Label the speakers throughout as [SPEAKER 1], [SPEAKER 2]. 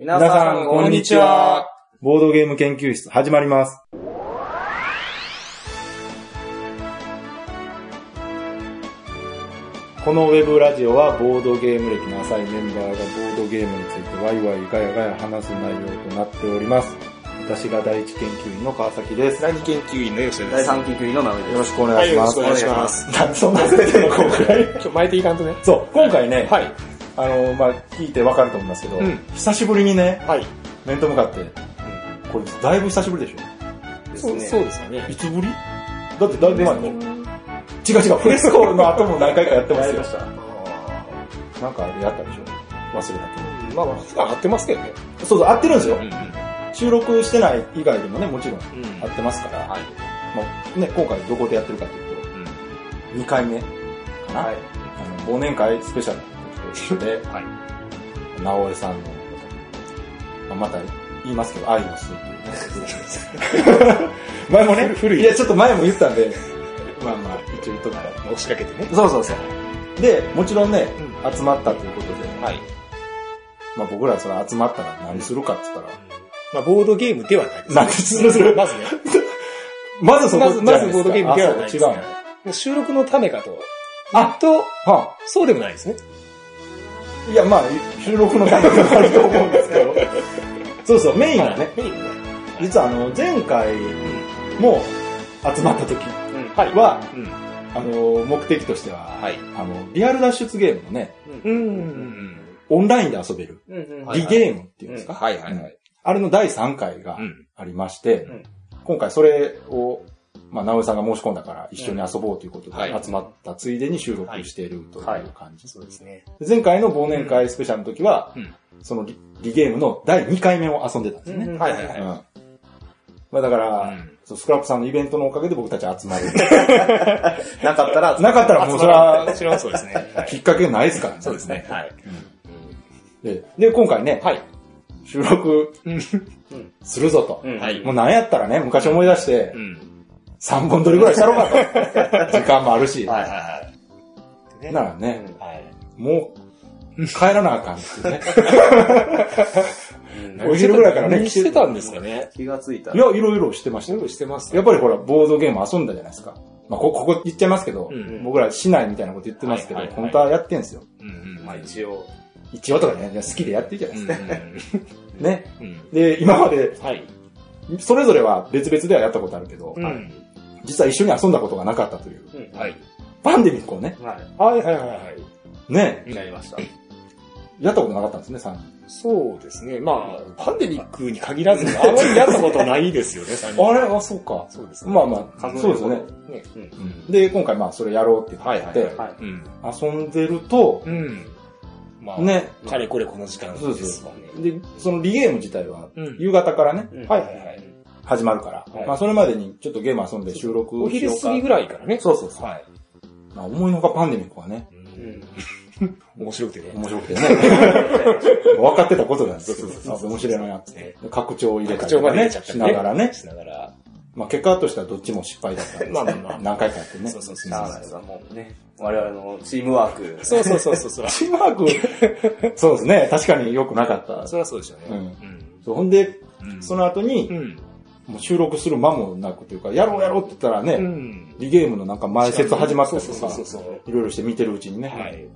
[SPEAKER 1] 皆さん、こんにちは。。
[SPEAKER 2] ボードゲーム研究室、始まります。このウェブラジオは、ボードゲーム歴の浅いメンバーがボードゲームについてワイワイガヤガヤ話す内容となっております。私が第一研究員の川崎です。
[SPEAKER 3] 第二研究員の吉田で
[SPEAKER 1] 第
[SPEAKER 3] す。
[SPEAKER 1] 三研究員の直江です。
[SPEAKER 2] よろしくお願いします。
[SPEAKER 3] はいよろしくお願いし
[SPEAKER 2] ます。なんでそんな忘れてんの今回。
[SPEAKER 3] 今日巻いていかんとね。
[SPEAKER 2] そう、今回ね、
[SPEAKER 3] はい。
[SPEAKER 2] あの、まあ、聞いてわかると思いますけど、
[SPEAKER 3] うん
[SPEAKER 2] 久しぶりにね、
[SPEAKER 3] はい。
[SPEAKER 2] 面と向かって、これだいぶ久しぶりでしょ
[SPEAKER 3] そう
[SPEAKER 1] です
[SPEAKER 3] そ
[SPEAKER 1] ね
[SPEAKER 3] うですよね。
[SPEAKER 2] いつぶりだってだいぶ前
[SPEAKER 3] です
[SPEAKER 2] 違う違う、プレスコールの後も何回かやって ますよ。
[SPEAKER 1] た。
[SPEAKER 2] なんかあれやったでしょ忘れたけ
[SPEAKER 3] まあまあ、普段会ってますけどね。
[SPEAKER 2] ど。そうそう、合ってるんですよ
[SPEAKER 3] う。ん
[SPEAKER 2] 収録してない以外でもね、もちろん
[SPEAKER 3] うん。
[SPEAKER 2] 合ってますから、
[SPEAKER 3] はい。
[SPEAKER 2] まあね、今回どこでやってるかというと、2回目かな、
[SPEAKER 1] はい。
[SPEAKER 2] あの忘年会スペシャルということ で、
[SPEAKER 3] はい
[SPEAKER 2] 直江さんの、まあ、また言いますけど、愛の巣というね 前もね、
[SPEAKER 3] 古い
[SPEAKER 2] いや、ちょっと前も言ったんで、まあまあ、一応言っとくから。
[SPEAKER 3] 押しかけてね。
[SPEAKER 2] そうそうそう。で、もちろんね、
[SPEAKER 3] う
[SPEAKER 2] 集まったということで、
[SPEAKER 3] はい。
[SPEAKER 2] まあ僕らそれ集まったら何するかって言ったら、
[SPEAKER 3] まあ、ボードゲームではないです。
[SPEAKER 2] 何す る
[SPEAKER 3] まずね。
[SPEAKER 2] まずそこ
[SPEAKER 3] まず
[SPEAKER 2] じゃな
[SPEAKER 3] ま
[SPEAKER 2] い
[SPEAKER 3] ずボードゲームではないです
[SPEAKER 2] ですかあ違う
[SPEAKER 3] もう収録のためかと。
[SPEAKER 2] あ
[SPEAKER 3] と、
[SPEAKER 2] のは
[SPEAKER 3] そうでもないですね。
[SPEAKER 2] あ、いや、まあ、収録のためもあると思うんですけど。 そうそう、メインはね、
[SPEAKER 3] メインね。
[SPEAKER 2] 実はあの、前回も集まった時
[SPEAKER 1] うん。
[SPEAKER 3] はい。
[SPEAKER 2] は、
[SPEAKER 3] うん。
[SPEAKER 2] あの、目的としては、
[SPEAKER 1] はい。
[SPEAKER 2] あの、リアル脱出ゲームのね、
[SPEAKER 3] う。
[SPEAKER 1] うんん。
[SPEAKER 2] オンラインで遊べる、
[SPEAKER 1] うん。うん。
[SPEAKER 2] リゲームっていうんですか、
[SPEAKER 1] はいは
[SPEAKER 2] はいはい。あれの第3回が
[SPEAKER 1] うん。
[SPEAKER 2] ありまして、
[SPEAKER 1] うん
[SPEAKER 2] 今回それを、まあ、直江さんが申し込んだから一緒に遊ぼうということ
[SPEAKER 1] うんは
[SPEAKER 2] で
[SPEAKER 1] い
[SPEAKER 2] 集まったついでに収録しているという
[SPEAKER 3] はい
[SPEAKER 2] 感じ。
[SPEAKER 3] そうですね。
[SPEAKER 2] で前回の忘年会スペシャルの時は、
[SPEAKER 1] うん
[SPEAKER 2] そのリリゲームの第2回目を遊んでたんですよね。
[SPEAKER 1] はいはいはい。
[SPEAKER 2] うんまあだから、
[SPEAKER 1] うん
[SPEAKER 2] そうスクラップさんのイベントのおかげで僕たち集まる。
[SPEAKER 1] なかったら、
[SPEAKER 2] なかったらもうそれは
[SPEAKER 3] もちろんそうですね。はい
[SPEAKER 2] きっかけないですからね。
[SPEAKER 1] そうですね。はい。
[SPEAKER 2] で。で、今回ね、
[SPEAKER 3] はい。
[SPEAKER 2] 収録
[SPEAKER 3] うん
[SPEAKER 2] するぞと。
[SPEAKER 1] うん。
[SPEAKER 3] はい
[SPEAKER 2] もうなんやったらね、昔思い出して
[SPEAKER 1] う、ん。
[SPEAKER 2] 3本撮りぐらいしたろうかと。時間もあるし。
[SPEAKER 1] はいはいはい。
[SPEAKER 3] ね
[SPEAKER 2] ならね、
[SPEAKER 1] はい。
[SPEAKER 2] もう、帰らなあかんっていうね。
[SPEAKER 1] うん
[SPEAKER 2] お昼ぐらいからね
[SPEAKER 3] 何してたんですかね。
[SPEAKER 1] 気がついた
[SPEAKER 2] い
[SPEAKER 1] ら。
[SPEAKER 2] や、いろいろしてましたよ。
[SPEAKER 3] してます
[SPEAKER 2] やっぱりほら、ボードゲーム遊んだじゃないですか。まあ、ここ、こ言っちゃいますけど、
[SPEAKER 1] うん
[SPEAKER 2] 僕ら市内みたいなこと言ってますけど、
[SPEAKER 1] はいはいはい
[SPEAKER 2] 本当はやってんすよ。
[SPEAKER 1] うん。まあ一応。
[SPEAKER 2] 一応とかね、好きでやってるじゃないですか。
[SPEAKER 1] うん
[SPEAKER 2] ね。
[SPEAKER 1] うん。
[SPEAKER 2] で、今まで、
[SPEAKER 3] はい。
[SPEAKER 2] それぞれは別々ではやったことあるけど、
[SPEAKER 3] うん
[SPEAKER 2] 実は一緒に遊んだことがなかったという。
[SPEAKER 1] うん。
[SPEAKER 3] はい。
[SPEAKER 2] パンデミックをね、
[SPEAKER 1] は
[SPEAKER 3] はいはいはいはい。
[SPEAKER 2] ね、
[SPEAKER 1] い。なりました。
[SPEAKER 2] やったことなかったんですね、3人。
[SPEAKER 3] そうですね。まあ、パンデミックに限らず、あまりやったことないですよね、三人
[SPEAKER 2] あれあ、そうか。
[SPEAKER 3] そうですね。
[SPEAKER 2] まあまあ、
[SPEAKER 1] 数え
[SPEAKER 2] そう
[SPEAKER 1] る
[SPEAKER 2] です
[SPEAKER 1] ほど
[SPEAKER 2] よね。
[SPEAKER 3] ね。
[SPEAKER 1] うん。
[SPEAKER 2] で、今回まあ、それやろうって言って、
[SPEAKER 3] はいはい
[SPEAKER 1] はい。
[SPEAKER 3] うん。
[SPEAKER 2] 遊んでると、
[SPEAKER 3] うん。まあ、
[SPEAKER 2] ね、
[SPEAKER 3] かれこれこの時間ですわね。
[SPEAKER 2] で、そのリゲーム自体は
[SPEAKER 3] うん、
[SPEAKER 2] 夕方からね、
[SPEAKER 1] うん
[SPEAKER 3] はいはいはい。
[SPEAKER 2] 始まるから、
[SPEAKER 3] はい
[SPEAKER 2] まあそれまでにちょっとゲーム遊んで収録
[SPEAKER 3] お
[SPEAKER 2] し
[SPEAKER 3] 昼
[SPEAKER 2] ようか
[SPEAKER 3] 過ぎぐらいからね。
[SPEAKER 2] そうそうそう。
[SPEAKER 3] はい。
[SPEAKER 2] まあ思いのほかパンデミックはね、
[SPEAKER 1] うん。
[SPEAKER 3] 面白くてね。
[SPEAKER 2] 面白くて ね、分かってたことなんですけど、
[SPEAKER 3] そうそうそう
[SPEAKER 2] あ面白いなっつっ
[SPEAKER 3] ね
[SPEAKER 2] て、拡張を入れた
[SPEAKER 3] 拡
[SPEAKER 2] りと
[SPEAKER 3] 張ま
[SPEAKER 2] か
[SPEAKER 3] で入れ
[SPEAKER 2] ね、
[SPEAKER 3] ちゃった
[SPEAKER 2] し
[SPEAKER 3] り
[SPEAKER 2] ながらね、
[SPEAKER 3] しながら。
[SPEAKER 2] まあ結果としてはどっちも失敗だったんです
[SPEAKER 3] まあまあまあ
[SPEAKER 2] 何回かやってね。
[SPEAKER 3] そうそうそう
[SPEAKER 1] しゃあないですわもうね。我々のチームワーク。
[SPEAKER 3] そうそうそう そう。そら
[SPEAKER 2] チームワーク、そうですね、確かに良くなかった。
[SPEAKER 3] そらそうでしたね。
[SPEAKER 2] うん
[SPEAKER 3] ん。
[SPEAKER 2] そうほんで、
[SPEAKER 3] うん
[SPEAKER 2] その後に
[SPEAKER 3] う、ん。
[SPEAKER 2] もう収録する間もなくというか、やろうやろうって言ったらね、
[SPEAKER 3] うん。
[SPEAKER 2] リゲームのなんか前説始まったりと
[SPEAKER 3] そう
[SPEAKER 2] か
[SPEAKER 3] そ、うそうそう。
[SPEAKER 2] いろいろして見てるうちにね、
[SPEAKER 3] はい。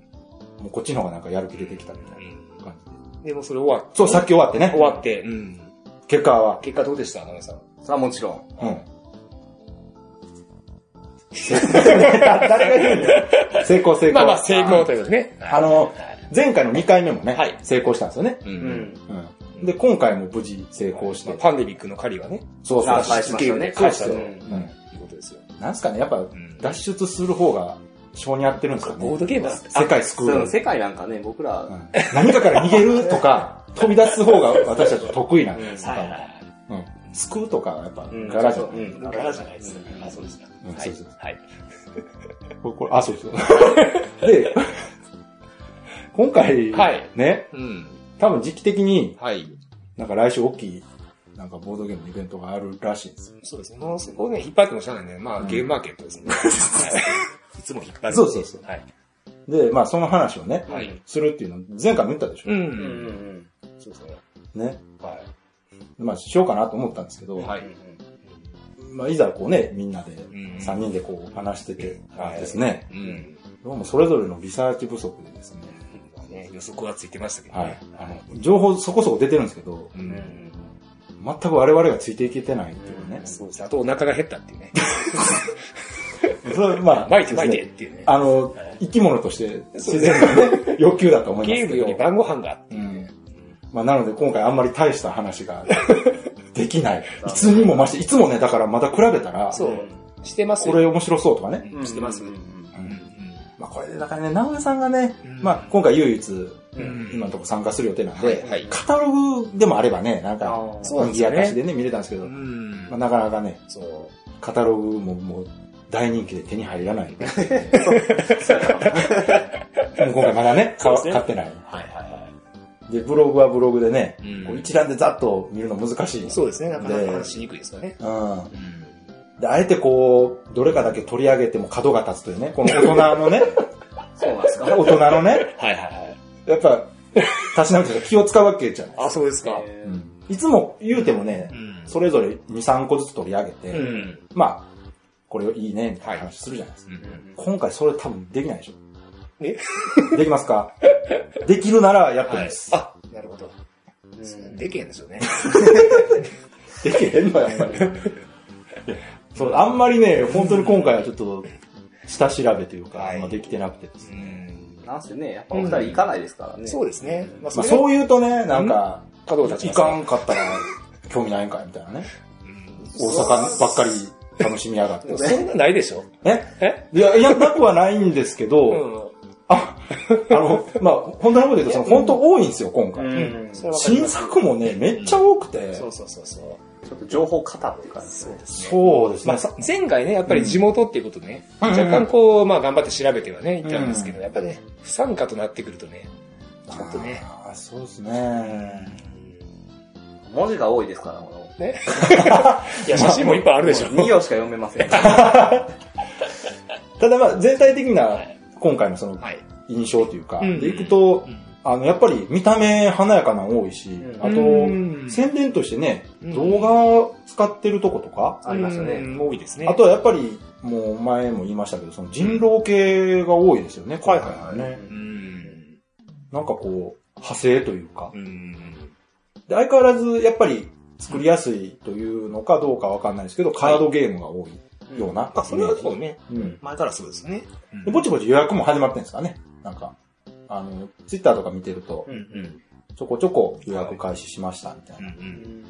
[SPEAKER 2] もうこっちの方がなんかやる気出てきたみたいな感じで。
[SPEAKER 3] でもそれ終わっ
[SPEAKER 2] そう、さっき終わってね。
[SPEAKER 3] 終わって、うん。
[SPEAKER 2] 結果は。
[SPEAKER 3] 結果どうでした、ナメさん。
[SPEAKER 1] さあもちろん。
[SPEAKER 2] うん。誰が言うんだよ成功成功。
[SPEAKER 3] まあまあ、成功ということでね。
[SPEAKER 2] あの、前回の2回目もね、
[SPEAKER 3] はい
[SPEAKER 2] 成功したんですよね。
[SPEAKER 3] う
[SPEAKER 1] う。
[SPEAKER 2] うん。で、今回も無事成功して。
[SPEAKER 3] まあパンデミックの狩りはね、
[SPEAKER 2] そうそう
[SPEAKER 1] あ。返しましたね。
[SPEAKER 3] 返した
[SPEAKER 1] う
[SPEAKER 3] ね
[SPEAKER 1] ん
[SPEAKER 2] うん。
[SPEAKER 3] いうことですよ。
[SPEAKER 2] なんすかね、やっぱ
[SPEAKER 3] ん、
[SPEAKER 2] 脱出する方が、性に合ってるんですか
[SPEAKER 3] ボー
[SPEAKER 2] ね。
[SPEAKER 3] ドゲームは好き
[SPEAKER 2] 世界救
[SPEAKER 1] そうういう
[SPEAKER 2] の
[SPEAKER 1] の。世界なんかね、僕ら、
[SPEAKER 2] うん何かから逃げるとか、飛び出す方が私たち得意なんです
[SPEAKER 1] うん
[SPEAKER 2] よ。うん。救うとかはやっぱ、
[SPEAKER 1] うん
[SPEAKER 2] 柄じゃ
[SPEAKER 1] う
[SPEAKER 2] ない。
[SPEAKER 1] ん
[SPEAKER 3] 柄じゃないですね。あ、そうですか
[SPEAKER 2] うん。
[SPEAKER 3] はい
[SPEAKER 2] そうそう。
[SPEAKER 3] はい。
[SPEAKER 2] これ、これあ、そうそう。で、今回、
[SPEAKER 3] はい
[SPEAKER 2] ね、
[SPEAKER 3] うん。
[SPEAKER 2] 多分時期的に、
[SPEAKER 3] はい。
[SPEAKER 2] なんか来週大きい、なんかボードゲームのイベントがあるらしいんですよ。
[SPEAKER 3] そうですね。もうそこね、引っ張ってもしゃあないんで、まあ、
[SPEAKER 2] うん
[SPEAKER 3] ゲームマーケットですね。はいいつも引っ張って。
[SPEAKER 2] そうそうそう
[SPEAKER 3] はい。
[SPEAKER 2] で、まあその話をね、
[SPEAKER 3] はい。
[SPEAKER 2] するっていうの、前回も言ったでしょ。
[SPEAKER 3] うん。
[SPEAKER 1] うんうんうん。
[SPEAKER 3] そうですね。
[SPEAKER 2] ね。
[SPEAKER 3] は
[SPEAKER 2] まあ、しようかなと思ったんですけど、
[SPEAKER 3] い。はい。
[SPEAKER 2] まあ、いざこうね、みんなで、
[SPEAKER 3] ん
[SPEAKER 2] 3人でこう話してて
[SPEAKER 3] はい
[SPEAKER 2] ですね、
[SPEAKER 3] うん。
[SPEAKER 2] どうもそれぞれのリサーチ不足でですね、
[SPEAKER 3] ね、予測はついてましたけどね。
[SPEAKER 2] はい。あの、情報そこそこ出てるんですけど、
[SPEAKER 3] うん。
[SPEAKER 2] 全く我々がついていけてないっていうね。
[SPEAKER 3] そうです。あとお腹が減ったっていうね。
[SPEAKER 2] それはまあ、
[SPEAKER 3] 巻いて
[SPEAKER 2] です
[SPEAKER 3] 巻い
[SPEAKER 2] ね
[SPEAKER 3] てっていうね。
[SPEAKER 2] あの
[SPEAKER 3] はい、
[SPEAKER 2] 生き物として
[SPEAKER 3] そう
[SPEAKER 2] 自
[SPEAKER 3] で
[SPEAKER 2] 然の ね、欲求だと思います
[SPEAKER 3] ゲ
[SPEAKER 2] け
[SPEAKER 3] ー
[SPEAKER 2] ど。
[SPEAKER 3] ムより晩ご飯があって
[SPEAKER 2] う
[SPEAKER 3] いうんね。
[SPEAKER 2] まあ、なので今回あんまり大した話ができない。いつにもまして、いつもね、だからまた比べたら、
[SPEAKER 3] そう。してます
[SPEAKER 2] これ面白そうとかね。
[SPEAKER 1] う
[SPEAKER 3] うんんしてます。
[SPEAKER 1] うん
[SPEAKER 2] まあ、これでだからね、直江さんがね、
[SPEAKER 3] うん
[SPEAKER 2] まあ、今回唯一、
[SPEAKER 3] うん
[SPEAKER 2] 今のところ参加する予定なん
[SPEAKER 3] はい
[SPEAKER 2] で、
[SPEAKER 3] はい。
[SPEAKER 2] カタログでもあればね、なん
[SPEAKER 1] あ
[SPEAKER 2] か、
[SPEAKER 1] ー
[SPEAKER 3] そうなんですよ
[SPEAKER 2] や
[SPEAKER 3] ね
[SPEAKER 2] かしでね、見れたんですけど、ま
[SPEAKER 3] ん
[SPEAKER 2] あ、なかなかね、
[SPEAKER 3] そ
[SPEAKER 2] カタログももう大人気で手に入 らない。もう今回まだね、
[SPEAKER 3] そうで
[SPEAKER 2] 買
[SPEAKER 3] すね
[SPEAKER 2] 買ってない。
[SPEAKER 3] う。はいはい
[SPEAKER 2] で、ブログはブログでね、
[SPEAKER 3] うん
[SPEAKER 2] こう一覧でざっと見るの難しい。
[SPEAKER 3] そうですね。なかな
[SPEAKER 2] で
[SPEAKER 3] か話しにくいですよね。
[SPEAKER 2] うん。
[SPEAKER 3] うん。
[SPEAKER 2] で、あえてこう、どれかだけ取り上げても角が立つというね、この大人のね、
[SPEAKER 1] そうなんですか
[SPEAKER 2] 大人のね、
[SPEAKER 3] はいはいはい。
[SPEAKER 2] やっぱ、たしなむというか気を使うわけじゃない。
[SPEAKER 3] あ、そうですか。
[SPEAKER 1] え
[SPEAKER 2] う
[SPEAKER 1] ー
[SPEAKER 2] んいつも言うてもね
[SPEAKER 3] う、ん
[SPEAKER 2] それぞれ2、3個ずつ取り上げ
[SPEAKER 3] う
[SPEAKER 2] て、
[SPEAKER 3] ん。
[SPEAKER 2] まあ、これいいね、みたいな話するじゃないですか。今回それ多分できないでし
[SPEAKER 3] え
[SPEAKER 2] ょ。できますかできるならやってみます。
[SPEAKER 3] あ、なるほど。
[SPEAKER 1] うん
[SPEAKER 3] でけえんですよね。
[SPEAKER 2] できへんのやっぱり。そう、あんまりね、本当に今回はちょっと、下調べというか、
[SPEAKER 3] はい
[SPEAKER 2] まあできてなくてですね。
[SPEAKER 3] うん。
[SPEAKER 1] なんせね、やっぱお二人行かないですからね。
[SPEAKER 3] そうですね。まあ、
[SPEAKER 2] まあ
[SPEAKER 3] う。
[SPEAKER 2] そう言うとね、なんか、
[SPEAKER 3] 角が立
[SPEAKER 2] い
[SPEAKER 3] ちますね
[SPEAKER 2] かんかったら興味ないんかいみたいなね。
[SPEAKER 3] うん
[SPEAKER 2] 大阪ばっかり楽しみやがって。
[SPEAKER 3] そんなないでしょ
[SPEAKER 2] ね。
[SPEAKER 3] え
[SPEAKER 2] いや、いや、なくはないんですけど、
[SPEAKER 3] う
[SPEAKER 2] あ、あの、まあ、本当のこと言うと、その、本当多いんですよ、今
[SPEAKER 1] う
[SPEAKER 2] 回。
[SPEAKER 1] ん。
[SPEAKER 3] ん。
[SPEAKER 1] ち
[SPEAKER 3] それはわかり
[SPEAKER 2] 新
[SPEAKER 3] ます
[SPEAKER 2] 作もね、めっちゃ多くて。
[SPEAKER 3] そうそうそうそう。
[SPEAKER 1] ょっと情報型っていう感じですね。
[SPEAKER 2] そうです
[SPEAKER 3] ま
[SPEAKER 2] ね
[SPEAKER 3] あ、。さ前回ね、やっぱり地元っていうことでね、
[SPEAKER 2] うん
[SPEAKER 3] 若干こう、まあ頑張って調べてはね、いたんですけど、
[SPEAKER 2] うん
[SPEAKER 3] やっぱね、不参加となってくるとね、ちょっとね、
[SPEAKER 2] あー。そうですね。
[SPEAKER 1] 文字が多いですから、この。
[SPEAKER 3] ね。 いや、写真もいっぱいあるでしょ。
[SPEAKER 1] 2行しか読めません。
[SPEAKER 2] ただまあ、全体的な
[SPEAKER 3] はい、
[SPEAKER 2] 今回のその、
[SPEAKER 3] はい。
[SPEAKER 2] 印象というか、
[SPEAKER 3] うん
[SPEAKER 2] でいくと、
[SPEAKER 3] うん
[SPEAKER 2] あの、やっぱり見た目華やかなの多いし、
[SPEAKER 1] うん
[SPEAKER 2] あ
[SPEAKER 3] うん
[SPEAKER 2] と、宣伝としてね、
[SPEAKER 3] うん
[SPEAKER 2] 動画使ってるとことか、
[SPEAKER 1] ありましたね
[SPEAKER 3] うん多いですね。
[SPEAKER 2] あとはやっぱり、もう前も言いましたけど、その人狼系が多いですよね、今回はね。
[SPEAKER 3] うん、
[SPEAKER 2] なんかこう、派生というか。
[SPEAKER 3] うん。
[SPEAKER 2] で相変わらず、やっぱり作りやすいというのかどうかわかんないですけど、カードゲームが多いような。
[SPEAKER 3] あ、それはそうね、
[SPEAKER 2] うん。
[SPEAKER 3] 前からそうですよね。
[SPEAKER 2] でぼちぼち予約も始まってるんですかね。なんか、あの、ツイッターとか見てると
[SPEAKER 3] う、んうん
[SPEAKER 2] ちょこちょこ予約開始しました、みたいな
[SPEAKER 3] うんう。ん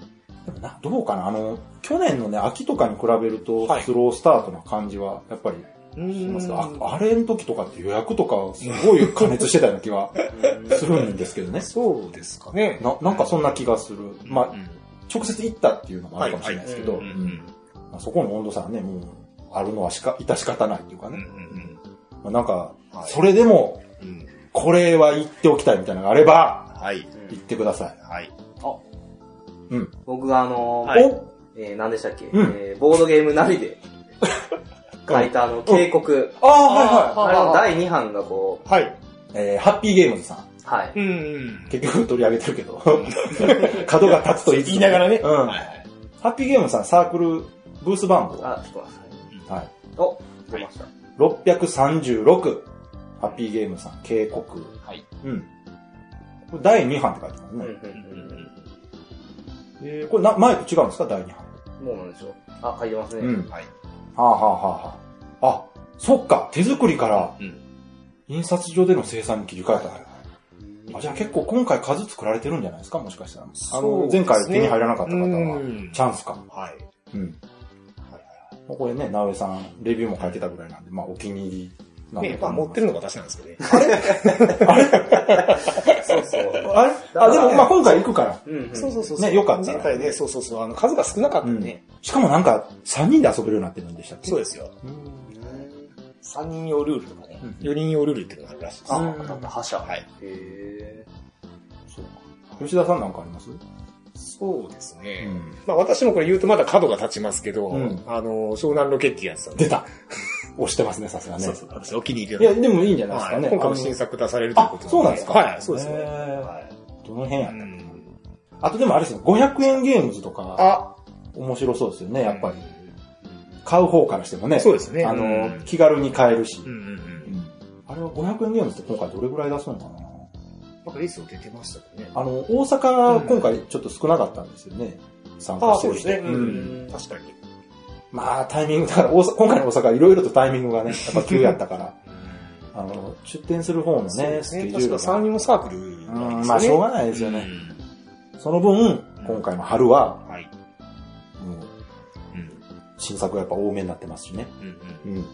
[SPEAKER 2] でもな、どうかなあの、去年のね、秋とかに比べると、
[SPEAKER 3] はい
[SPEAKER 2] スロースタートな感じは、やっぱり
[SPEAKER 3] うん
[SPEAKER 2] しますが、
[SPEAKER 3] あ
[SPEAKER 2] ああれの時とかって予約とか、すごい過熱してたような気はするんですけ どね。
[SPEAKER 3] そうですかね。
[SPEAKER 2] な、なんかそんな気がする。ま
[SPEAKER 3] う
[SPEAKER 2] あ、
[SPEAKER 3] ん
[SPEAKER 2] 直接行ったっていうのもあるかもしれないですけど、
[SPEAKER 1] は
[SPEAKER 3] う
[SPEAKER 1] い
[SPEAKER 3] ん
[SPEAKER 1] は
[SPEAKER 2] うんまあそこの温度差はね、もう、あるのはしか、致し方ないっていうか
[SPEAKER 3] うんうん
[SPEAKER 2] ね。
[SPEAKER 3] うん
[SPEAKER 2] まあ、なんか、
[SPEAKER 3] はい
[SPEAKER 2] それでも、
[SPEAKER 3] うん
[SPEAKER 2] これは言っておきたいみたいなのがあれば、
[SPEAKER 3] はい。
[SPEAKER 2] 言ってください。
[SPEAKER 3] はい。
[SPEAKER 1] 僕があの、
[SPEAKER 3] はい
[SPEAKER 2] お
[SPEAKER 1] えー何でしたっけ、
[SPEAKER 2] うん
[SPEAKER 1] えーボードゲームナビ で書いたあの、警告。
[SPEAKER 2] ああ、は
[SPEAKER 1] あれの第2版がこ
[SPEAKER 3] はい。
[SPEAKER 2] いはい。えー、ハッピーゲームズさん。
[SPEAKER 1] う、はい。
[SPEAKER 3] うんうん。
[SPEAKER 2] 結局取り上げてる けど、角が立つと言いつつ
[SPEAKER 3] 言いながらね。
[SPEAKER 2] うん
[SPEAKER 3] はいはい
[SPEAKER 2] ハッピーゲームさんサークルブース番号。は
[SPEAKER 1] あ、ちょっと待ってくだ
[SPEAKER 2] い。
[SPEAKER 1] さい。お、出ました。
[SPEAKER 2] 636。ハッピーゲームさん警告。
[SPEAKER 3] はい。
[SPEAKER 2] うん。これ第2版って書いてます
[SPEAKER 1] うんう
[SPEAKER 2] ね。
[SPEAKER 1] ん
[SPEAKER 2] えーこれな、前と違うんですか第2版。
[SPEAKER 1] うんもうなんでしょう。あ、書いてますね。
[SPEAKER 2] うん。は
[SPEAKER 3] はい。
[SPEAKER 2] あ、はあはあはあ。あ、そっか。手作りから
[SPEAKER 3] うん。
[SPEAKER 2] 印刷所での生産に切り替えたから。あじゃあ結構今回数作られてるんじゃないですかもしかしたら。あ
[SPEAKER 3] そう
[SPEAKER 2] の、
[SPEAKER 3] ですね
[SPEAKER 2] 前回手に入らなかった方
[SPEAKER 3] う
[SPEAKER 2] は
[SPEAKER 3] ん、
[SPEAKER 2] チャンスかも。
[SPEAKER 3] はい。
[SPEAKER 2] うん。これね、なおさん、レビューも書いてたぐらいなんで、まあ、お気に入りなん
[SPEAKER 3] ね
[SPEAKER 2] で。、
[SPEAKER 3] まあ持ってるのが私なんですけどね。
[SPEAKER 1] そうそう。
[SPEAKER 2] あれあ、でも、まあ、今回行くから。
[SPEAKER 1] うんうん
[SPEAKER 3] そうそうそう。
[SPEAKER 2] ねよかった
[SPEAKER 3] 前回ね、そうそうそう。あの、数が少なかったね。
[SPEAKER 2] しかもなんか、3人で遊べるようになってるんでしたっけ
[SPEAKER 3] そうですよ。
[SPEAKER 2] うん
[SPEAKER 3] 3人用ルールとかね
[SPEAKER 2] うん。
[SPEAKER 3] 4人用ルールっていうのがあるらしいです。
[SPEAKER 1] あ、
[SPEAKER 2] うん
[SPEAKER 1] 当たった、覇者。
[SPEAKER 3] はい。
[SPEAKER 1] へー
[SPEAKER 2] そうか。吉田さんなんかあります
[SPEAKER 3] そうですね
[SPEAKER 2] うん
[SPEAKER 3] まあ私もこれ言うとまだ角が立ちますけど、
[SPEAKER 2] うん
[SPEAKER 3] あの、湘南ロケッティやつさん
[SPEAKER 2] 出た。押してますね、さすがね。
[SPEAKER 3] そうそう。私お気に入
[SPEAKER 2] い
[SPEAKER 3] り
[SPEAKER 2] や、
[SPEAKER 3] の。
[SPEAKER 2] でもいいんじゃないです
[SPEAKER 3] は
[SPEAKER 2] か
[SPEAKER 3] い
[SPEAKER 2] ね。
[SPEAKER 3] 今回も新作出されるということ
[SPEAKER 2] あそうなんですか
[SPEAKER 3] はい、そうです
[SPEAKER 2] へ
[SPEAKER 3] ね。
[SPEAKER 2] ー
[SPEAKER 3] はい
[SPEAKER 2] あのどの辺や
[SPEAKER 3] う
[SPEAKER 2] った
[SPEAKER 3] ん
[SPEAKER 2] あとでもあれですね、500円ゲームズとか、
[SPEAKER 3] あ、
[SPEAKER 2] 面白そうですよね、やっぱり。
[SPEAKER 3] り。
[SPEAKER 2] 買う方からしてもね。
[SPEAKER 3] そうですね。
[SPEAKER 2] あの、
[SPEAKER 3] うん
[SPEAKER 2] 気軽に買えるし。
[SPEAKER 3] うんうんうん。
[SPEAKER 2] あれは500円ゲームズって今回どれぐらい出すのかな
[SPEAKER 3] なんかリスト出てましたね。
[SPEAKER 2] あの、大阪、今回ちょっと少なかったんですよね。参加してる人。
[SPEAKER 3] う
[SPEAKER 2] うん。
[SPEAKER 3] ん、確かに。
[SPEAKER 2] まあ、タイミング、だから大阪、今回の大阪はいろいろとタイミン グがね、やっぱ急やったから、あの、出店する方の
[SPEAKER 3] そう
[SPEAKER 2] ね、
[SPEAKER 3] で
[SPEAKER 2] ス
[SPEAKER 3] す
[SPEAKER 2] ケ
[SPEAKER 3] ね。
[SPEAKER 2] ジ
[SPEAKER 3] 確
[SPEAKER 2] ュール
[SPEAKER 3] か
[SPEAKER 2] が。
[SPEAKER 3] 三人もサークルなんですよ
[SPEAKER 2] う
[SPEAKER 3] ね。
[SPEAKER 2] んまあ、しょう
[SPEAKER 3] が
[SPEAKER 2] がないですよね。その分、今回の春は、
[SPEAKER 3] はい。
[SPEAKER 2] もう
[SPEAKER 3] うん。
[SPEAKER 2] 新作がやっぱ多めになってますしね。
[SPEAKER 3] うんうん。
[SPEAKER 2] うん。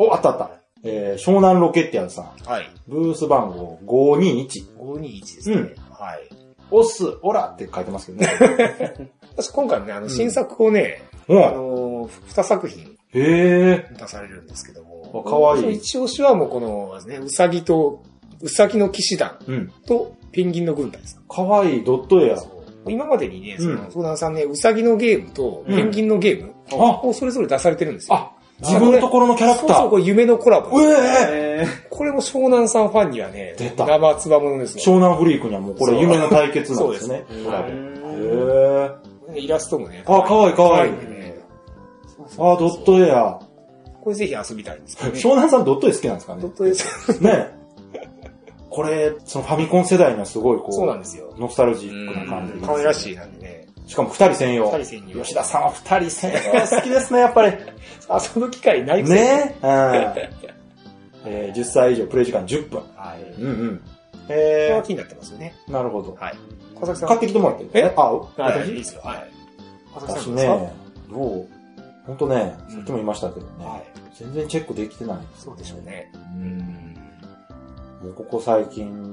[SPEAKER 2] お、あったあった。えー、湘南ロケッティアズさん、
[SPEAKER 3] はい。
[SPEAKER 2] ブース番号521、
[SPEAKER 3] 521ですね。
[SPEAKER 2] うん
[SPEAKER 3] はい。
[SPEAKER 2] オス、オラって書いてますけどね。
[SPEAKER 3] 私今回もね、あ
[SPEAKER 2] う
[SPEAKER 3] の、
[SPEAKER 2] ん
[SPEAKER 3] 新作をね、
[SPEAKER 2] うん
[SPEAKER 3] あ。の、2作品
[SPEAKER 2] へえ。
[SPEAKER 3] 出されるんですけども。
[SPEAKER 2] あ、かわいい。
[SPEAKER 3] 一押しはもうこの、ね、うさぎと、うさぎの騎士団
[SPEAKER 2] うん。
[SPEAKER 3] とペンギンの軍隊です。
[SPEAKER 2] かわいい、ドット絵や。
[SPEAKER 3] そう今までにね、そ
[SPEAKER 2] うん
[SPEAKER 3] の、相談さんね、うさぎのゲームとペンギンのゲーム
[SPEAKER 2] あ
[SPEAKER 3] をそれぞれ出されてるんですよ。
[SPEAKER 2] あ、自分のところのキャラ
[SPEAKER 3] そ
[SPEAKER 2] クタ
[SPEAKER 3] うそう、
[SPEAKER 2] ー。
[SPEAKER 3] これ夢のコラボ。
[SPEAKER 2] うええ
[SPEAKER 1] え
[SPEAKER 3] これも湘南さんファンにはね、
[SPEAKER 2] 出た
[SPEAKER 3] 生つばものですね。
[SPEAKER 2] 湘南フリークにはもうこれ夢の対決なんですね。
[SPEAKER 3] そうですね
[SPEAKER 2] コラボ
[SPEAKER 3] う
[SPEAKER 2] へ
[SPEAKER 1] ー。
[SPEAKER 2] え。
[SPEAKER 3] イラストもね。
[SPEAKER 2] あ、かわいいかわい
[SPEAKER 3] 可愛
[SPEAKER 2] い。
[SPEAKER 3] んでね
[SPEAKER 2] あ、ドット絵や。
[SPEAKER 3] これぜひ遊びたいんですけどね。
[SPEAKER 2] 湘南さんドット絵好きなんですかね
[SPEAKER 3] ドットです。
[SPEAKER 2] ね。これ、そのファミコン世代にはすごいこう、
[SPEAKER 3] そうなんですよ。
[SPEAKER 2] ノスタルジ
[SPEAKER 3] う
[SPEAKER 2] ックな感じ
[SPEAKER 3] ん
[SPEAKER 2] で。
[SPEAKER 3] 可愛らしいなんでね。
[SPEAKER 2] しかも二人専用。
[SPEAKER 3] 二人専用
[SPEAKER 2] 吉田さんは二人専用好きですね、やっぱり。
[SPEAKER 3] 遊ぶ機会ないくせに。
[SPEAKER 2] ね。うん。えー10歳以上プレイ時間10分。
[SPEAKER 3] はい。こ
[SPEAKER 2] うんうん。
[SPEAKER 3] れ
[SPEAKER 2] え
[SPEAKER 3] は気になってますよね。
[SPEAKER 2] ー、なるほど。
[SPEAKER 3] はい。川崎さん。
[SPEAKER 2] 買ってきてもらっていいで
[SPEAKER 3] え
[SPEAKER 2] すかあ、
[SPEAKER 3] はい。
[SPEAKER 2] 私
[SPEAKER 3] いいですよ。はい。川崎
[SPEAKER 2] 私
[SPEAKER 3] さんどうですか。
[SPEAKER 2] ね、どうほんとね、さっきも言いましたけどね、
[SPEAKER 3] はい。
[SPEAKER 2] 全然チェックできてない。
[SPEAKER 3] そうでしょうね。
[SPEAKER 2] うん。もうここ最近、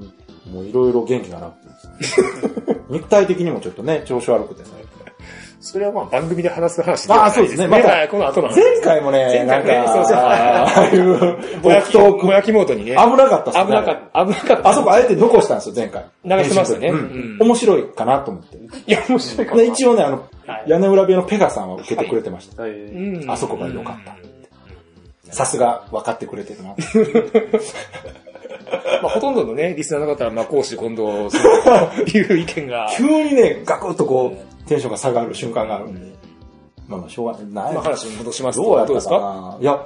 [SPEAKER 2] もういろいろ元気がなくて ですね肉体的にもちょっとね、調子悪くて最近。
[SPEAKER 3] それはまあ番組で話す話は
[SPEAKER 2] あそうですね
[SPEAKER 3] ない
[SPEAKER 2] また
[SPEAKER 3] はいこの後の話。
[SPEAKER 2] 前回もね、
[SPEAKER 3] 前
[SPEAKER 2] なん
[SPEAKER 3] 回
[SPEAKER 2] か、
[SPEAKER 3] ねそうそう
[SPEAKER 2] ああいう、
[SPEAKER 3] ぼやき、
[SPEAKER 2] 僕 と
[SPEAKER 3] ぼやきモードにね。
[SPEAKER 2] 危なかったっすね。
[SPEAKER 3] 危なかった。危なかった。
[SPEAKER 2] あそこあえて残したんですよ、前回。
[SPEAKER 3] 流してましたね
[SPEAKER 2] うん
[SPEAKER 3] うん
[SPEAKER 2] 面白いかなと思って。
[SPEAKER 3] いや、面白いかも。
[SPEAKER 2] で一応ね、あの、
[SPEAKER 3] はい
[SPEAKER 2] 屋根裏部屋のペガさんは受けてくれてました。
[SPEAKER 1] はい。
[SPEAKER 3] うん
[SPEAKER 2] あそこが良かった
[SPEAKER 3] うん
[SPEAKER 2] さすが分かってくれてるな。
[SPEAKER 3] まあ、ほとんどのね、リスナーの方は、まあ、講師今度、そう いう意見が。
[SPEAKER 2] 急にね、ガクッとこう、テンションが下がる瞬間があるんで。まあまあ、しょうがない。
[SPEAKER 3] まあ、話に戻しますと
[SPEAKER 2] どうやっ
[SPEAKER 3] どうで
[SPEAKER 2] た
[SPEAKER 3] す
[SPEAKER 2] か
[SPEAKER 3] か
[SPEAKER 2] ないや、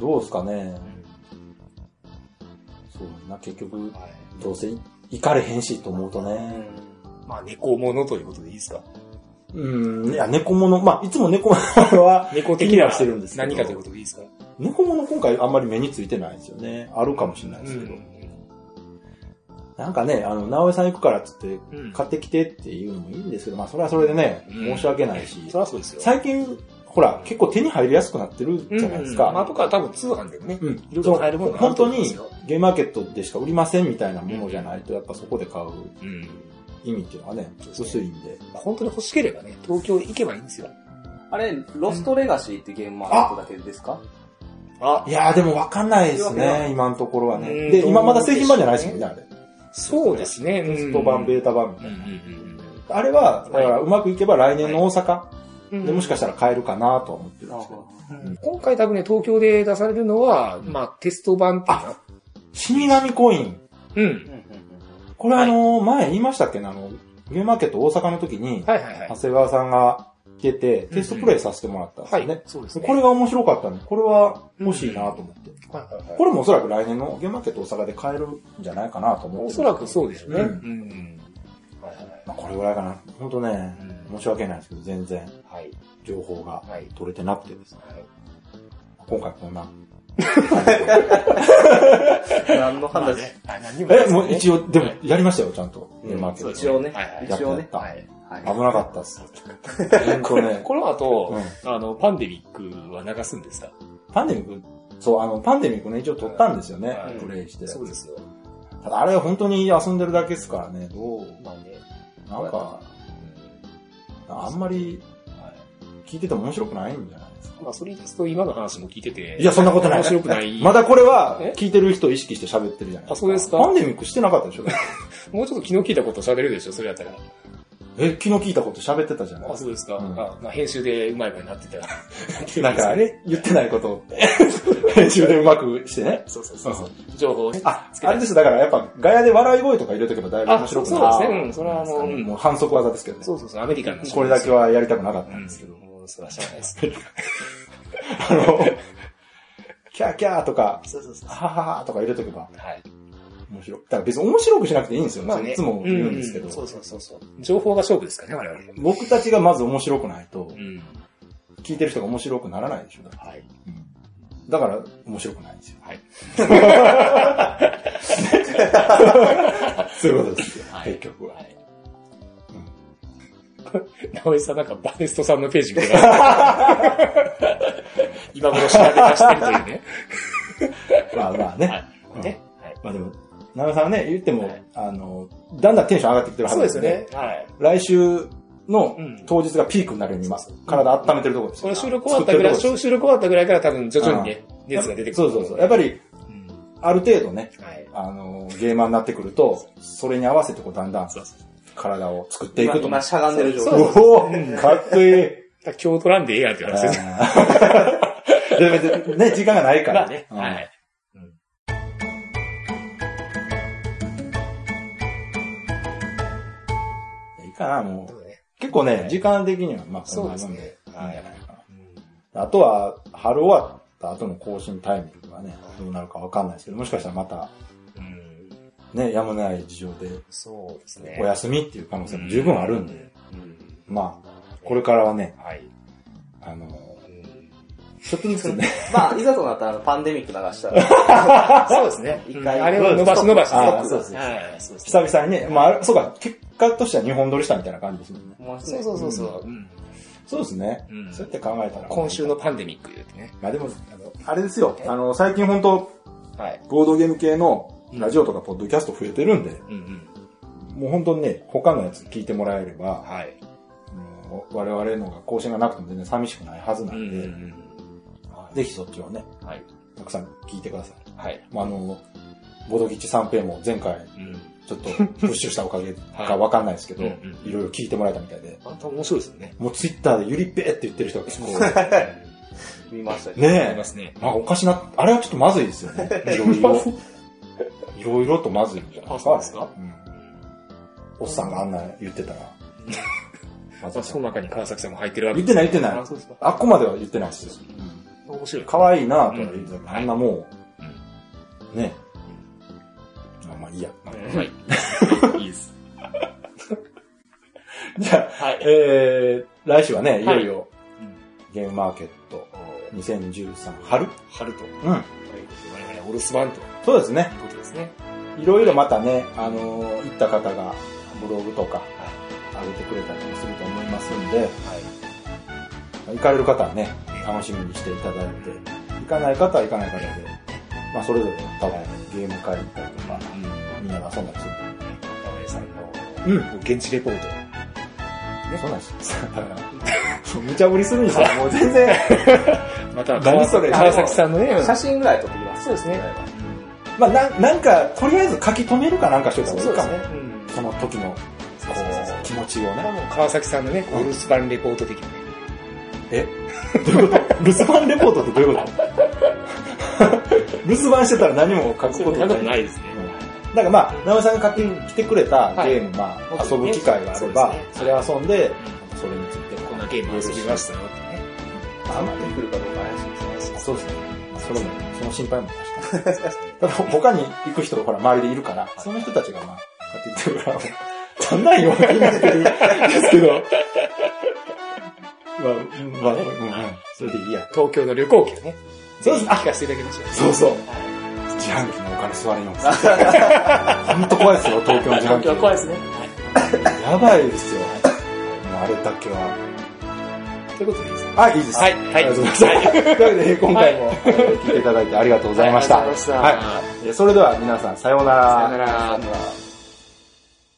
[SPEAKER 2] どうですかね。そうな、結局、どうせ行かれへんしと思うとね。
[SPEAKER 3] まあ、猫ものということでいいですか
[SPEAKER 2] うん、いや、猫物、まあ、いつも猫物は、
[SPEAKER 3] 猫
[SPEAKER 2] 気
[SPEAKER 3] 的
[SPEAKER 2] に
[SPEAKER 3] な
[SPEAKER 2] はしてるんですけど
[SPEAKER 3] 何かということでいいですか
[SPEAKER 2] 猫物今回あんまり目についてないんですよね。あるかもしれないですけど。なんかね、あの、直江さん行くからっつって、
[SPEAKER 3] うん
[SPEAKER 2] 買ってきてっていうのもいいんですけど、まあ、それはそれでね、
[SPEAKER 3] うん
[SPEAKER 2] 申し訳ないし。
[SPEAKER 3] そりゃそうですよ。
[SPEAKER 2] 最近、ほら、結構手に入りやすくなってるじゃないです
[SPEAKER 3] うんまあ、
[SPEAKER 2] か。
[SPEAKER 3] とか多分通販でもね。
[SPEAKER 2] うん。
[SPEAKER 3] いろいろ買えるものがあ
[SPEAKER 2] 本
[SPEAKER 3] ると
[SPEAKER 2] 当
[SPEAKER 3] 思うんで
[SPEAKER 2] に
[SPEAKER 3] すよ
[SPEAKER 2] ゲームマーケットでしか売りませんみたいなものじゃないと、やっぱそこで買う
[SPEAKER 3] うん。
[SPEAKER 2] 意味っていうのはね、
[SPEAKER 3] そうです
[SPEAKER 2] 薄
[SPEAKER 3] ね
[SPEAKER 2] いんで。
[SPEAKER 3] まあ本当に欲しければね、東京行けばいいんですよ。
[SPEAKER 1] あれ、ロストレガシーってゲームマーケットだけですか
[SPEAKER 3] あ、
[SPEAKER 2] いやーでもわかんないです
[SPEAKER 1] いやわかんな
[SPEAKER 2] ね、今のところはね。
[SPEAKER 3] うん
[SPEAKER 2] で、今まだ製品版じゃないですもんね、あれ。
[SPEAKER 3] そうですね。
[SPEAKER 2] テスト版、ベータ版みた
[SPEAKER 3] う
[SPEAKER 2] い
[SPEAKER 3] ん
[SPEAKER 2] な。
[SPEAKER 3] うんうん
[SPEAKER 2] あれは、だからうまくいけば来年の大阪
[SPEAKER 3] うん。
[SPEAKER 2] でもしかしたら買えるかなとは思ってるん
[SPEAKER 1] あ
[SPEAKER 2] ですけど。
[SPEAKER 3] 今回多分ね、東京で出されるのは、まあ、テスト版っていうか
[SPEAKER 2] 死神コイン。
[SPEAKER 3] うん。
[SPEAKER 2] これあのー、前言いましたっけね、あの、ゲームマーケット大阪の時に、
[SPEAKER 3] はいはいはい
[SPEAKER 2] 長。谷川さんが来てて、テストプレイさせてもらったんです
[SPEAKER 3] は
[SPEAKER 2] よ
[SPEAKER 3] い
[SPEAKER 2] ね。。
[SPEAKER 3] そうですね。
[SPEAKER 2] これが面白かったんで、これは欲しいなと思って。
[SPEAKER 3] はいはいはい
[SPEAKER 2] これもおそらく来年のゲームマーケット大阪で買えるんじゃないかなと思ってる
[SPEAKER 3] おそらくそうでしょうね。
[SPEAKER 2] うん
[SPEAKER 3] ん。はいはい
[SPEAKER 2] まあ、これぐらいかな。本当ね、申し訳ないですけど、全然
[SPEAKER 3] はい。
[SPEAKER 2] 情報が
[SPEAKER 3] はい。
[SPEAKER 2] 取れてなくてですね。今回こんな。
[SPEAKER 1] 何の話
[SPEAKER 3] あ、何にもないです
[SPEAKER 2] え、
[SPEAKER 3] ね
[SPEAKER 2] もう一応、でも、やりましたよ、ちゃんと。
[SPEAKER 3] うん
[SPEAKER 2] ゲームマーケット。
[SPEAKER 1] 一応ね。
[SPEAKER 3] はいはい
[SPEAKER 2] やって
[SPEAKER 1] 一応ね。
[SPEAKER 2] やっ
[SPEAKER 1] はい
[SPEAKER 2] た危なかった っす。本当ね。
[SPEAKER 3] この後、
[SPEAKER 2] う
[SPEAKER 3] あの、パンデミックは流すんですか
[SPEAKER 2] んパンデミック、そう、あの、パンデミックね、一応撮ったんですよね
[SPEAKER 3] はい。
[SPEAKER 2] プレイして。
[SPEAKER 3] そうですよ。
[SPEAKER 2] ただ、あれは本当に遊んでるだけですからね、どう、
[SPEAKER 3] まあね。
[SPEAKER 2] なんか、あんまり聞いてても面白くないんじゃないですか。
[SPEAKER 3] まあ、それ言い出すと今の話も聞いてて。
[SPEAKER 2] いや、そんなことない。
[SPEAKER 3] 面白くない。
[SPEAKER 2] まだこれは
[SPEAKER 3] え、
[SPEAKER 2] 聞いてる人を意識して喋ってるじゃない
[SPEAKER 3] あそうですか
[SPEAKER 2] パンデミックしてなかったでしょ
[SPEAKER 3] もうちょっと気の利いたこと喋るでしょ、それやったら。
[SPEAKER 2] え、気の利いたこと喋ってたじゃない
[SPEAKER 3] あ、そうですか。
[SPEAKER 2] うん
[SPEAKER 3] あまあ、編集でうまい具合になってたら。
[SPEAKER 2] なんか、あれ言ってないことを、編集でうまくしてね。
[SPEAKER 3] そうそうそうそう。情報をね。
[SPEAKER 2] あ、あれです、だからやっぱ、ガヤで笑い声とか入れとけばだいぶ面
[SPEAKER 3] あ、そ
[SPEAKER 2] 白
[SPEAKER 3] う
[SPEAKER 2] く
[SPEAKER 3] そう
[SPEAKER 2] な
[SPEAKER 3] で
[SPEAKER 2] る。
[SPEAKER 3] すね。うん、それはあの、う
[SPEAKER 2] うん
[SPEAKER 3] ん
[SPEAKER 2] もう反則技ですけどね。
[SPEAKER 3] そうそうそう、アメリカンな
[SPEAKER 2] これだけ
[SPEAKER 3] は。
[SPEAKER 2] はやりたくなかった
[SPEAKER 3] うんん
[SPEAKER 2] ですけど、、
[SPEAKER 3] もうそれはしゃあないですけど。
[SPEAKER 2] あの、キャーキャーとか、
[SPEAKER 3] そうそうそう。
[SPEAKER 2] はははとか入れとけば
[SPEAKER 3] はい。
[SPEAKER 2] 面白い。だから別に面白くしなくていいんですよ。
[SPEAKER 3] まあね
[SPEAKER 2] いつも言うんですけど、
[SPEAKER 3] うそうそうそうそう。情報が勝負ですからね、我々。
[SPEAKER 2] 僕たちがまず面白くないと
[SPEAKER 3] う、ん。
[SPEAKER 2] 聞いてる人が面白くならないでしょ。だから
[SPEAKER 3] はい。
[SPEAKER 2] うんだから面白くないんですよ。
[SPEAKER 3] はい。
[SPEAKER 2] そういうことですよ。
[SPEAKER 3] はい
[SPEAKER 2] 結局は。
[SPEAKER 3] はい。直江さんなんかバネストさんのページ見てます。 今頃調べ出してるというね。
[SPEAKER 2] まあまあね。
[SPEAKER 3] はい。 ね。はい。
[SPEAKER 2] まあでも、なめさんはね、言っても、
[SPEAKER 3] はい
[SPEAKER 2] あの、だんだんテンション上がってきてるはず
[SPEAKER 3] そう
[SPEAKER 2] なん
[SPEAKER 3] ですよね。。はい。
[SPEAKER 2] 来週の
[SPEAKER 3] うん
[SPEAKER 2] 当日がピークになるように、今、体温めてるところです
[SPEAKER 3] こ
[SPEAKER 2] よ。
[SPEAKER 3] の収録終わったぐらい、
[SPEAKER 2] 作ってるとこ
[SPEAKER 3] 収録終わったぐらいから多分徐々にね、熱が出てくる。
[SPEAKER 2] そうそうそう。やっぱり、
[SPEAKER 3] うん。
[SPEAKER 2] ある程度ね、
[SPEAKER 3] はい。
[SPEAKER 2] あの、ゲーマーになってくると、それに合わせてこう、だんだん
[SPEAKER 3] そうそう。
[SPEAKER 2] 体を作っていくと。
[SPEAKER 1] 今、しゃがんでる状
[SPEAKER 3] そう
[SPEAKER 1] 態。
[SPEAKER 2] おおかっこいい。
[SPEAKER 3] だから京都ランでええやんっていう話ですね。
[SPEAKER 2] あーで別にね、時間がないか
[SPEAKER 3] ま
[SPEAKER 2] ら。
[SPEAKER 3] あね。
[SPEAKER 2] うん
[SPEAKER 3] はい。
[SPEAKER 2] いいかな、も
[SPEAKER 3] そう
[SPEAKER 2] う。
[SPEAKER 3] だね
[SPEAKER 2] 結構ね、時間的には、まあ、
[SPEAKER 3] そ
[SPEAKER 2] こ
[SPEAKER 3] う
[SPEAKER 2] ん
[SPEAKER 3] で
[SPEAKER 2] な
[SPEAKER 3] す
[SPEAKER 2] もん
[SPEAKER 3] ね。
[SPEAKER 2] いいん
[SPEAKER 3] は
[SPEAKER 2] じゃ
[SPEAKER 3] い。
[SPEAKER 2] ないかな。
[SPEAKER 3] うん
[SPEAKER 2] あとは、春終わった後の更新タイミングがね、どうなるかわかんないですけど、もしかしたらまた、
[SPEAKER 3] うん。
[SPEAKER 2] ね、やむない事情で、
[SPEAKER 3] そうですね。
[SPEAKER 2] お休みっていう可能性も十分あるんで、
[SPEAKER 3] うん。
[SPEAKER 2] まあ、これからはね、
[SPEAKER 3] はい。
[SPEAKER 2] あの、
[SPEAKER 3] うん
[SPEAKER 2] ちょっとずつね、
[SPEAKER 1] まあ、いざとなったらあのパンデミック流したら、
[SPEAKER 3] そうですね。
[SPEAKER 1] 一回
[SPEAKER 3] あれを伸ばし伸ばし
[SPEAKER 2] あ
[SPEAKER 3] ね。
[SPEAKER 2] そうそうそう
[SPEAKER 3] はいそうですね
[SPEAKER 2] 久々にね、まああれ、そうか、結果としては日本撮りしたみたいな感じですもんね。
[SPEAKER 1] もう
[SPEAKER 3] そうそうそうそう。うん
[SPEAKER 2] そうですね。
[SPEAKER 3] うん
[SPEAKER 2] そうやって考えたら。
[SPEAKER 3] 今週のパンデミック言うてね。
[SPEAKER 2] まあでも、あの、あれですよ。あの、最近本当
[SPEAKER 3] はい。
[SPEAKER 2] ボードゲーム系のラジオとかポッドキャスト増えてるんで、
[SPEAKER 3] うんうん。
[SPEAKER 2] もう本当にね、他のやつ聞いてもらえれば、
[SPEAKER 3] はい。
[SPEAKER 2] うん我々のが更新がなくても全然寂しくないはずな
[SPEAKER 3] うんん
[SPEAKER 2] で、
[SPEAKER 3] うん
[SPEAKER 2] ぜひそっちをね、
[SPEAKER 3] うん。はい。
[SPEAKER 2] たくさん聞いてください。
[SPEAKER 3] はい。
[SPEAKER 2] まあ、あの、ボードギッチ三平も前回
[SPEAKER 3] うん。
[SPEAKER 2] ちょっとプッシュしたおかげかわかんないですけど、
[SPEAKER 3] はい
[SPEAKER 2] い
[SPEAKER 3] うんうん
[SPEAKER 2] ろいろ聞いてもらえたみたいで、
[SPEAKER 3] また面白いですよね。
[SPEAKER 2] もうツイッターでゆりっぺーって言ってる人が結構、
[SPEAKER 1] 見ましたけど。
[SPEAKER 3] あり
[SPEAKER 2] ねえ
[SPEAKER 3] ま、すね。
[SPEAKER 2] なんかおかしな、あれはちょっとまずいですよね。いろいろ。いろいろとまずいんじゃないです
[SPEAKER 3] あそ
[SPEAKER 2] か。
[SPEAKER 3] うですか
[SPEAKER 2] んおっさんがあんな言ってた ら。まず
[SPEAKER 3] まあ、その中に川崎さんも入ってるわけ
[SPEAKER 2] 言ってない言ってない
[SPEAKER 3] あ、。そうですか。
[SPEAKER 2] あっこまでは言ってないですよ。
[SPEAKER 3] 面白い。
[SPEAKER 2] 可愛いなとは言ってたけ
[SPEAKER 3] う
[SPEAKER 2] ど、
[SPEAKER 3] ん
[SPEAKER 2] あんなもう、ね。あまあいいや。
[SPEAKER 3] はい。いいです。
[SPEAKER 2] じゃあ、
[SPEAKER 3] はい。
[SPEAKER 2] えー、来週はね、いよいよ
[SPEAKER 3] うん、
[SPEAKER 2] ゲームマーケット2013春
[SPEAKER 3] 春と、
[SPEAKER 2] うん。
[SPEAKER 3] 我々お留守番とい
[SPEAKER 2] そうですね。
[SPEAKER 3] うことですね。
[SPEAKER 2] いろいろまたね、あのー行った方がブログとか上げてくれたりもすると思いますんで、
[SPEAKER 3] はい。
[SPEAKER 2] 行かれる方はね、楽しみにしていただいて、行かない方は行かない方で、まあそれぞれ多分ゲーム会行ったりとか、
[SPEAKER 3] うん。
[SPEAKER 2] みんなが遊んだりする。
[SPEAKER 3] 川崎さんの
[SPEAKER 2] うん。
[SPEAKER 3] 現地レポート。
[SPEAKER 2] そうなんですよ。だから、無茶ぶりするにしたらもう全然、
[SPEAKER 3] また、
[SPEAKER 2] 何それ
[SPEAKER 3] 川崎さんのね、
[SPEAKER 1] 写真ぐらい撮ってきます。
[SPEAKER 3] そうですね
[SPEAKER 2] まあなんなんか、とりあえず書き留めるかなんかしといた方がいいかも。
[SPEAKER 3] ね。うん。
[SPEAKER 2] その時の、こ
[SPEAKER 3] そうそうそうそう
[SPEAKER 2] う、気持ちをね。
[SPEAKER 3] 川崎さんのね、
[SPEAKER 2] うん
[SPEAKER 3] お留守番レポート的な。
[SPEAKER 2] え どういうこと留守番レポートってどういうこと 留守番してたら何も書くことがない。
[SPEAKER 3] ないですね
[SPEAKER 2] だからまあ、直江さんが買ってきてくれたゲーム、まあ、遊ぶ機会があれば、
[SPEAKER 3] そ
[SPEAKER 2] そうれ
[SPEAKER 3] で
[SPEAKER 2] 遊んで、
[SPEAKER 3] う
[SPEAKER 2] それについて
[SPEAKER 3] ん。こんなゲーム遊びましたよってね。
[SPEAKER 1] あんまり来るかどうか怪しいですね。
[SPEAKER 2] そうですね。それも、その心配も出した。ただ他に行く人がほら、周りでいるから、その人たちがまあ、買ってきてるから、足んないよ、言ってるんですけど。まあ、うんまあ、うんうん、それでいいや。
[SPEAKER 3] 東京の旅行記をね。
[SPEAKER 2] そう
[SPEAKER 3] ぜ
[SPEAKER 2] です
[SPEAKER 3] ひ聞かせていただきましょう。
[SPEAKER 2] そうそう
[SPEAKER 3] は
[SPEAKER 2] 自販機のお金吸われようです。ほんと怖いですよ、東京の
[SPEAKER 3] い。
[SPEAKER 2] 自
[SPEAKER 3] 東
[SPEAKER 2] 販機。
[SPEAKER 3] 京は怖いですね。
[SPEAKER 2] やばいですよ。もうあれだけは。
[SPEAKER 3] ということでいいですね。
[SPEAKER 2] あ、いいです。
[SPEAKER 3] はい。は
[SPEAKER 2] あ
[SPEAKER 3] い。
[SPEAKER 2] りがとうございます。 というわけで、今回 も聞いていただいてありがとうございました。
[SPEAKER 3] ありがとうございました
[SPEAKER 2] はい。えーそれでは皆さん、さようなら
[SPEAKER 3] さよなら。
[SPEAKER 1] あの